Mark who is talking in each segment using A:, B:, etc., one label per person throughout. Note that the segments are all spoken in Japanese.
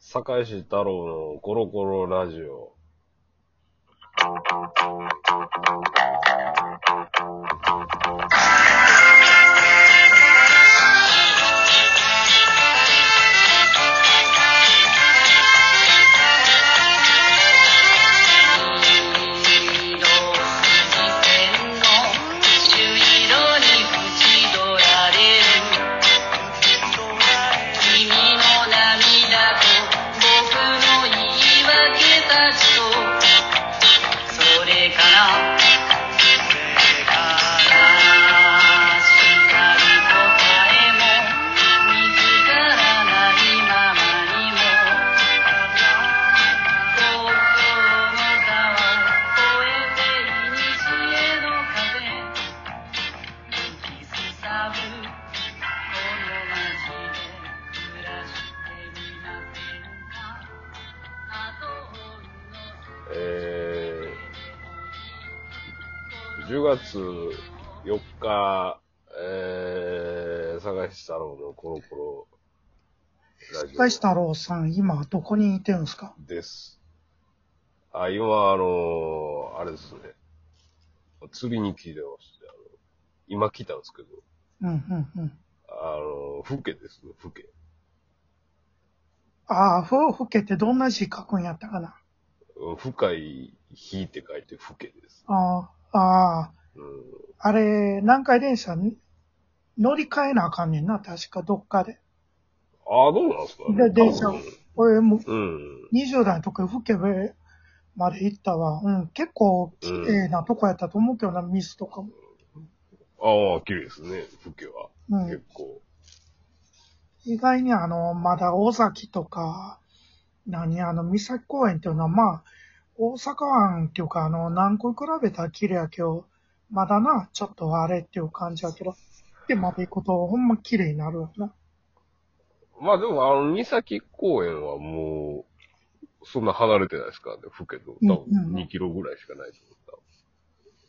A: 堺市太郎のコロコロラジオ。
B: 黄色い線の朱色に縁取られる君の涙と僕の言い訳たちとそれから悲しかる答えも見つからないままにも東京の川を越えて古の風吹きすさぶこの街で暮らしてみませんかあとほんの
A: えー、10月4日、えー、堺市太郎のコロコロラジ
C: スパイス太郎さん、今、どこにいてるんですか
A: オです。あ、今、あのー、あれですね。釣りに来てまして、あの今来たんですけど、
C: うん、うん、うん。
A: あのー、フケですね、フケ。
C: ああ、夫婦家ってどんな字書くんやったかな
A: うん深い日って書いてフケです。
C: ああ、あ
A: うん
C: あ、あれ、南海電車、乗り換えなあかんねんな、確か、どっかで。
A: ああ、どうなんですか
C: で、電車を。俺もう、
A: うん。
C: 20代の時、夫婦家まで行ったわ。うん、結構、綺麗なとこやったと思うけどな、ミスとかも。
A: ああ、綺麗ですね、フケは。
C: うん
A: 結。構。
C: 意外に、あの、まだ大崎とか、何、あの、三崎公園っていうのは、まあ、大阪湾っていうか、あの、南港に比べたら綺麗やけど、まだな、ちょっとあれっていう感じやけど、で、まで行くと、ほんま綺麗になるわな。
A: まあでも、あの、三崎公園はもう、そんな離れてないですからね、フケと。多
C: うんうん
A: 分2キロぐらいしかないと思っ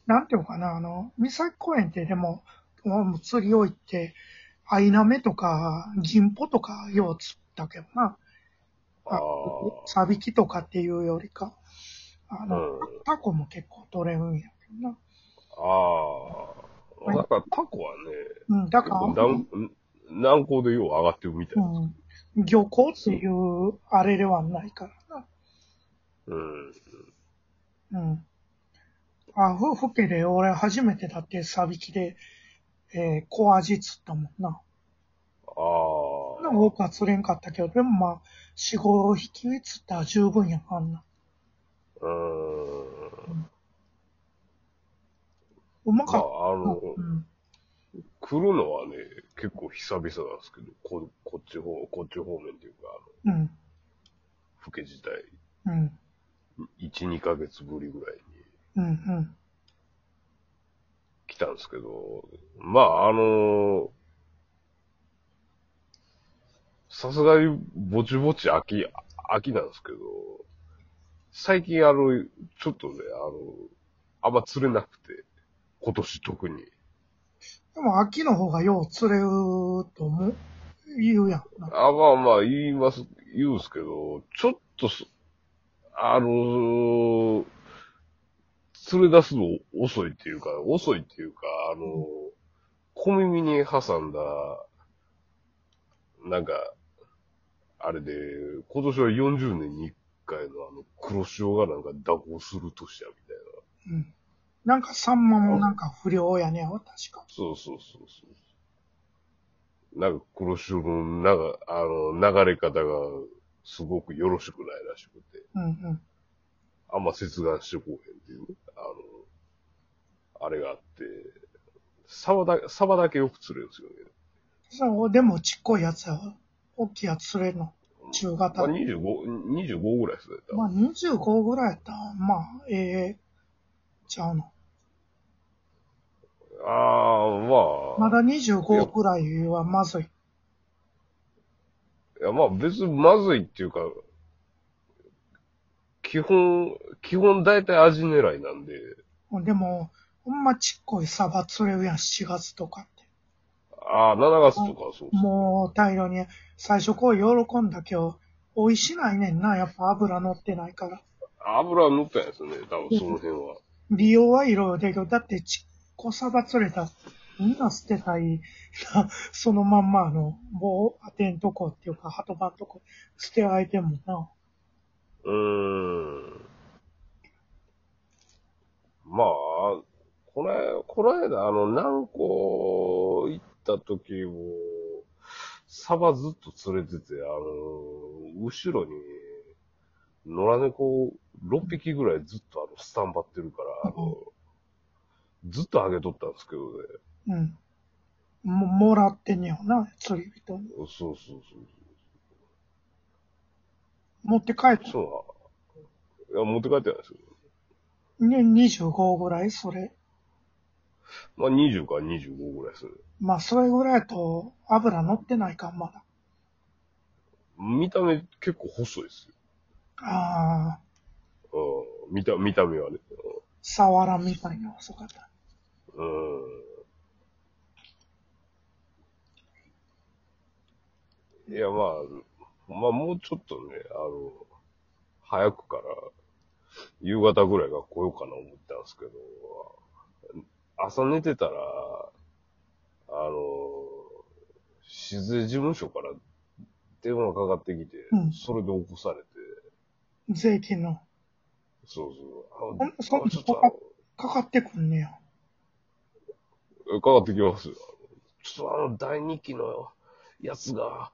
C: なんていうのかな、あの、三崎公園ってでも、もう釣りを行って、アイナメとか、銀ポとか、よう釣ったけどな。
A: た。ああ
C: サビキとかっていうよりか、あの、
A: うん
C: タコも結構取れるんやけどな。
A: ああ。なんか、タコはね、
C: うん、だ
A: 結
C: から、
A: 構南、南高でよう上がってるみたいです。
C: うん。漁港っていうあれではないから
A: うん。
C: な。うん。あ、ふ、ふけで俺初めてだってサビキで、えー、小アジ釣ったもんな。そんな
A: あ
C: 多くは釣れんかったけど、でもまあ、四五匹釣ったら十分やあんな。
A: あ。うん。
C: う
A: ま
C: まかっ
A: あ、あ
C: た。
A: の、
C: うん。
A: 来るのはね、結構久々なんですけど、ここっち方、こっち方面っていうか、あの、
C: うん。
A: フケ自体、
C: うん。
A: 1、2ヶ月ぶりぐらいに
C: うん。うん。
A: 来たんですけど、まあ、あの、さすがにぼちぼち秋、秋なんですけど、最近あの、ちょっとね、あの、あんま釣れなくて、今年特に。
C: でも秋の方がよう釣れると思う、言うやんな。
A: あ、まあまあ、言います、言うんですけど、ちょっとそ、あのー連れ出すの遅いっていうか、遅いっていうか、あのー小耳に挟んだ、なんか、あれで、今年は40年に1回のあの、黒潮がなんか蛇行する年やみたいな。
C: うん。なんかサンマもなんか不良やねんわ、確か。
A: そうそうそうそう。なんか黒潮のなが、あの、流れ方がすごくよろしくないらしくて、
C: うんうん。
A: あんま接岸してこうへんっていう、あの、あれがあって、サバだ、サバだけよく釣れるんですよね。
C: そう、でもちっこいやつやわ。大きいやつ釣れるの。中
A: ま
C: 型。
A: あ
C: ま
A: 25、25ぐらいですね、多
C: あ、
A: 分
C: 25ぐらいやったらまあ、ええちゃうの。
A: ああ、まあ。
C: まだ25ぐらいはまずい。
A: いや、まあ別にまずいっていうか、基本、基本大体味狙いなんで、
C: でも、ほんまちっこいサバ釣れるやん、7月とかって。
A: ああ、7月とかはそうですね
C: もう大量に、最初こう喜んだけど、美味しないねんな、やっぱ油乗ってないから。
A: 油乗ったんですよね、多分その辺は。
C: 美容はいろいろだけど、だってちっこさばつれた、みんな捨てたい、 そのまんまあの、棒当てんとこっていうか、鳩場んとこ、捨てあえてんもんな。
A: うーん。まあ、これ、この間、あの、南港行った時も、サバずっと連れてて、あの、後ろに、野良猫6匹ぐらいずっとあの、スタンバってるから、あの、ずっとあげとったんですけどね。
C: うん。も、もらってんねやろな、釣り人に。
A: そうそうそう
C: 持って帰っ
A: そう。そうなん。いや、持って帰ってないですよ。
C: た。ね、25ぐらいそれ。
A: まあ、20か25ぐらいする。
C: まあ、それぐらいやと、油乗ってないか、まだ。
A: 見た目結構細いです
C: ああ、
A: よ。うん。見た、見た目はね。
C: サワラみたいな細かった。
A: うん。うんいや、まあ、まあ、もうちょっとね、あの、早くから、夕方ぐらいが来ようかな思ったんですけど、朝寝てたら、あの、静江事務所から電話かかってきて、
C: うん
A: それで起こされて、
C: 税金の、
A: そうそう。
C: ほんそん
A: あ
C: な
A: ちょっと
C: かかかってくんねや。
A: あの、かかってきますよ。ちょっとあの、第二期のやつが、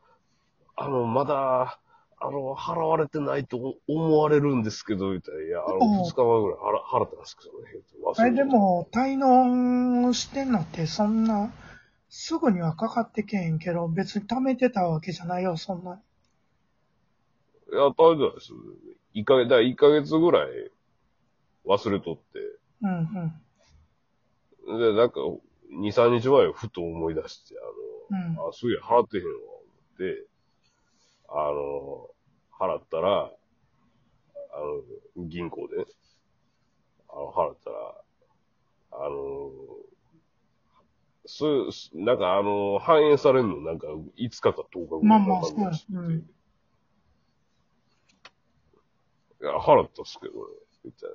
A: あの、まだ、あの、払われてないと思われるんですけど、みたいな。いや、あ
C: うん
A: の、二日前ぐらい払払ってますけどね。
C: あれで。も、滞納してんのってそんな、すぐにはかかってけへんけど、別に貯めてたわけじゃないよ、そんな。
A: いや、大丈夫ですよ。一ヶ月、だから一ヶ月ぐらい忘れとって。
C: うんうん。
A: で、なんか、二、三日前ふと思い出して、あ
C: うん
A: の、あ、すげえ払ってへんわ、思って、あの、払ったら、あの、銀行で、あの、払ったら、あの、そう、すなんかあの、反映されるの、なんか、5日か10日ぐ
C: ま
A: ら
C: あ
A: い
C: まあ、
A: か
C: そ
A: かるらしく
C: う。
A: て
C: うん。
A: いや、払ったっすけどね、みたい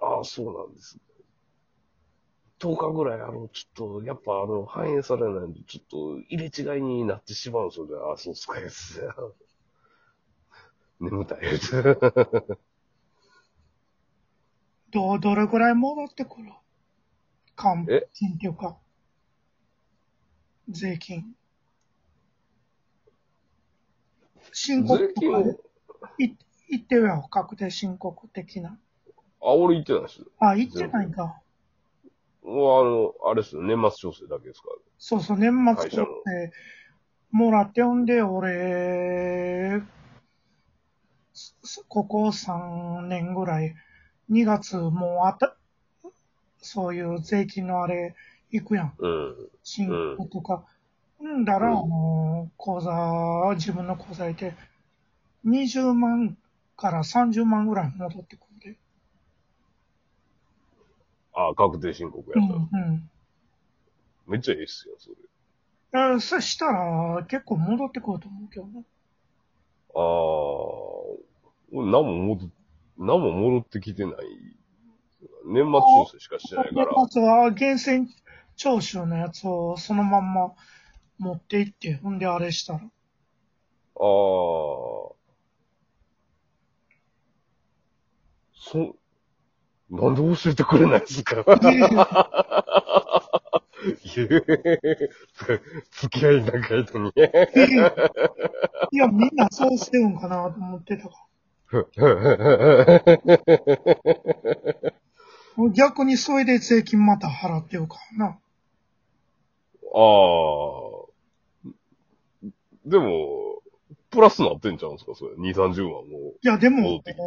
A: な。ああ、そうなんです、ね。10日ぐらい、あの、ちょっと、やっぱ、あの、反映されないんで、ちょっと、入れ違いになってしまうんですよね。ああ、そうっすか、やつ。 眠たい。
C: ど、どれぐらい戻ってくる還付金っていうか、税金。申告
A: 税
C: と
A: 金
C: か
A: を
C: で、、い行ってるやろ、確定申告的な。
A: あ、俺行ってないです。
C: あ、行ってないんか。
A: もう、あの、あれっすよ、年末調整だけですか
C: そうそう、年末取ってもらって、ほんで、俺、すすここ3年ぐらい、2月もうあた、そういう税金のあれ、行くやん。
A: ら。うん。
C: 申告とか。うんだら、
A: うん
C: あの、口座、自分の口座いて、20万から30万ぐらい戻ってくるで。
A: ああ、確定申告
C: う
A: や
C: ん
A: った。
C: うん。
A: めっちゃいいっすよ、それ。
C: えーそしたら、結構戻ってくると思うけどね。
A: ああ、俺何も戻っ、何も戻ってきてない。年末調整しかしてないから。
C: まずは源泉徴収のやつをそのまんま持って行って、ほんであれしたら。
A: ああ。そ、なんで教えてくれないんですか いえ 付き合い長いのに。
C: いや、みんなそうしてるんかなと思ってたか ら。逆にそれで税金また払ってるからな。
A: ああ。でも、プラスなってんちゃうんですかそれ。2、30万もう。
C: いや、で
A: 戻っ
C: も
A: てき、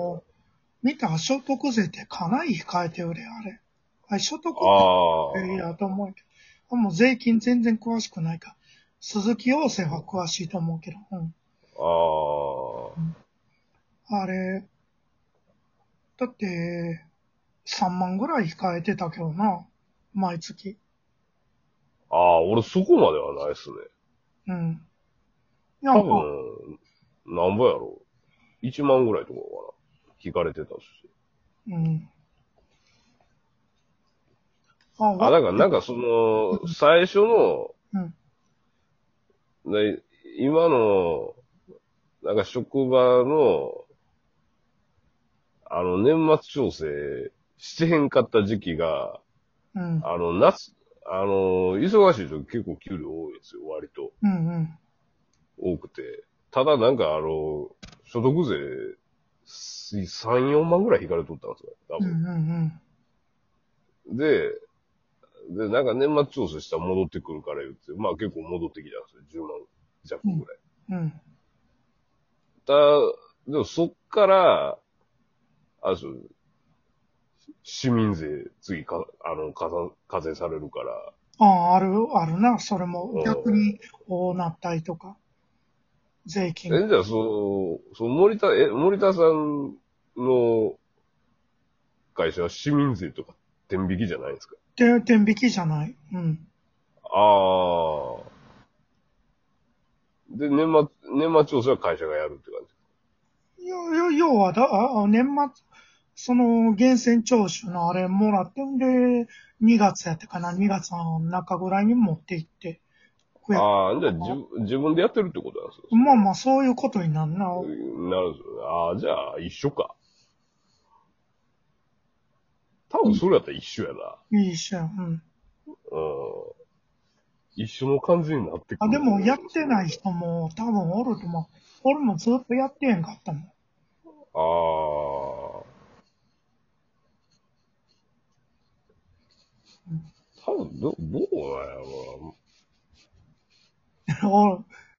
C: 見たら所得税ってかなり控えてるで、あれ。あれ、所得
A: あ
C: 税
A: あ。
C: やと思うけど。もう税金全然詳しくないから。鈴木陽生は詳しいと思うけど。うん。
A: ああ。
C: あれ、だって、3万ぐらい控えてたけどな、毎月。
A: ああ、俺そこまではないっすね。
C: うん。な
A: 多
C: んか、
A: 分、なんぼやろ1万ぐらいとかかな。引かれてたし。
C: うん。あ、
A: あ、だからなん
C: か、
A: かその、最初の、
C: うん。
A: で今の、なんか職場の、あの、年末調整してへんかった時期が、
C: うん。
A: あの、夏、あの、忙しい時結構給料多いんですよ、割と。
C: うんうん。
A: 多くて。ただなんかあの、所得税、3、4万ぐらい引かれとったんですよ、多
C: うん
A: 分。
C: うん
A: で、で、なんか年末調整したら戻ってくるから言って、まあ結構戻ってきたんですよ、10万弱ぐらい。
C: うん。うん。
A: た、でもそっから、あれですよ市民税、次か、あの、課さ課税されるから、
C: ああ、ある、あるな。それも
A: うん
C: 逆に、こうなったりとか。税金。
A: え、じゃあ、そう、そう、森田、え、森田さんの会社は市民税とか天引きじゃないんですか
C: で、天引きじゃない。うん。
A: ああ。で、年末、年末調整は会社がやるって感じ。
C: 要要要はだ、ああ年末、その、源泉徴収のあれもらってんで、2月やってかな、2月の中ぐらいに持って行って。こうやっ
A: ああ、じゃあ自自分でやってるってことなんですよ。
C: まあまあ、そういうことになるな。
A: なるんですよね。ああ、じゃあ一緒か。多分それやったら一緒やな。
C: いいじゃん。
A: うん。一緒の感じになってくる。
C: うん。あ、でも、やってない。人も多分おると思う。俺もずっとやってへんかったもん。
A: ああ。多分ど、どうなんやろうな。
C: 俺、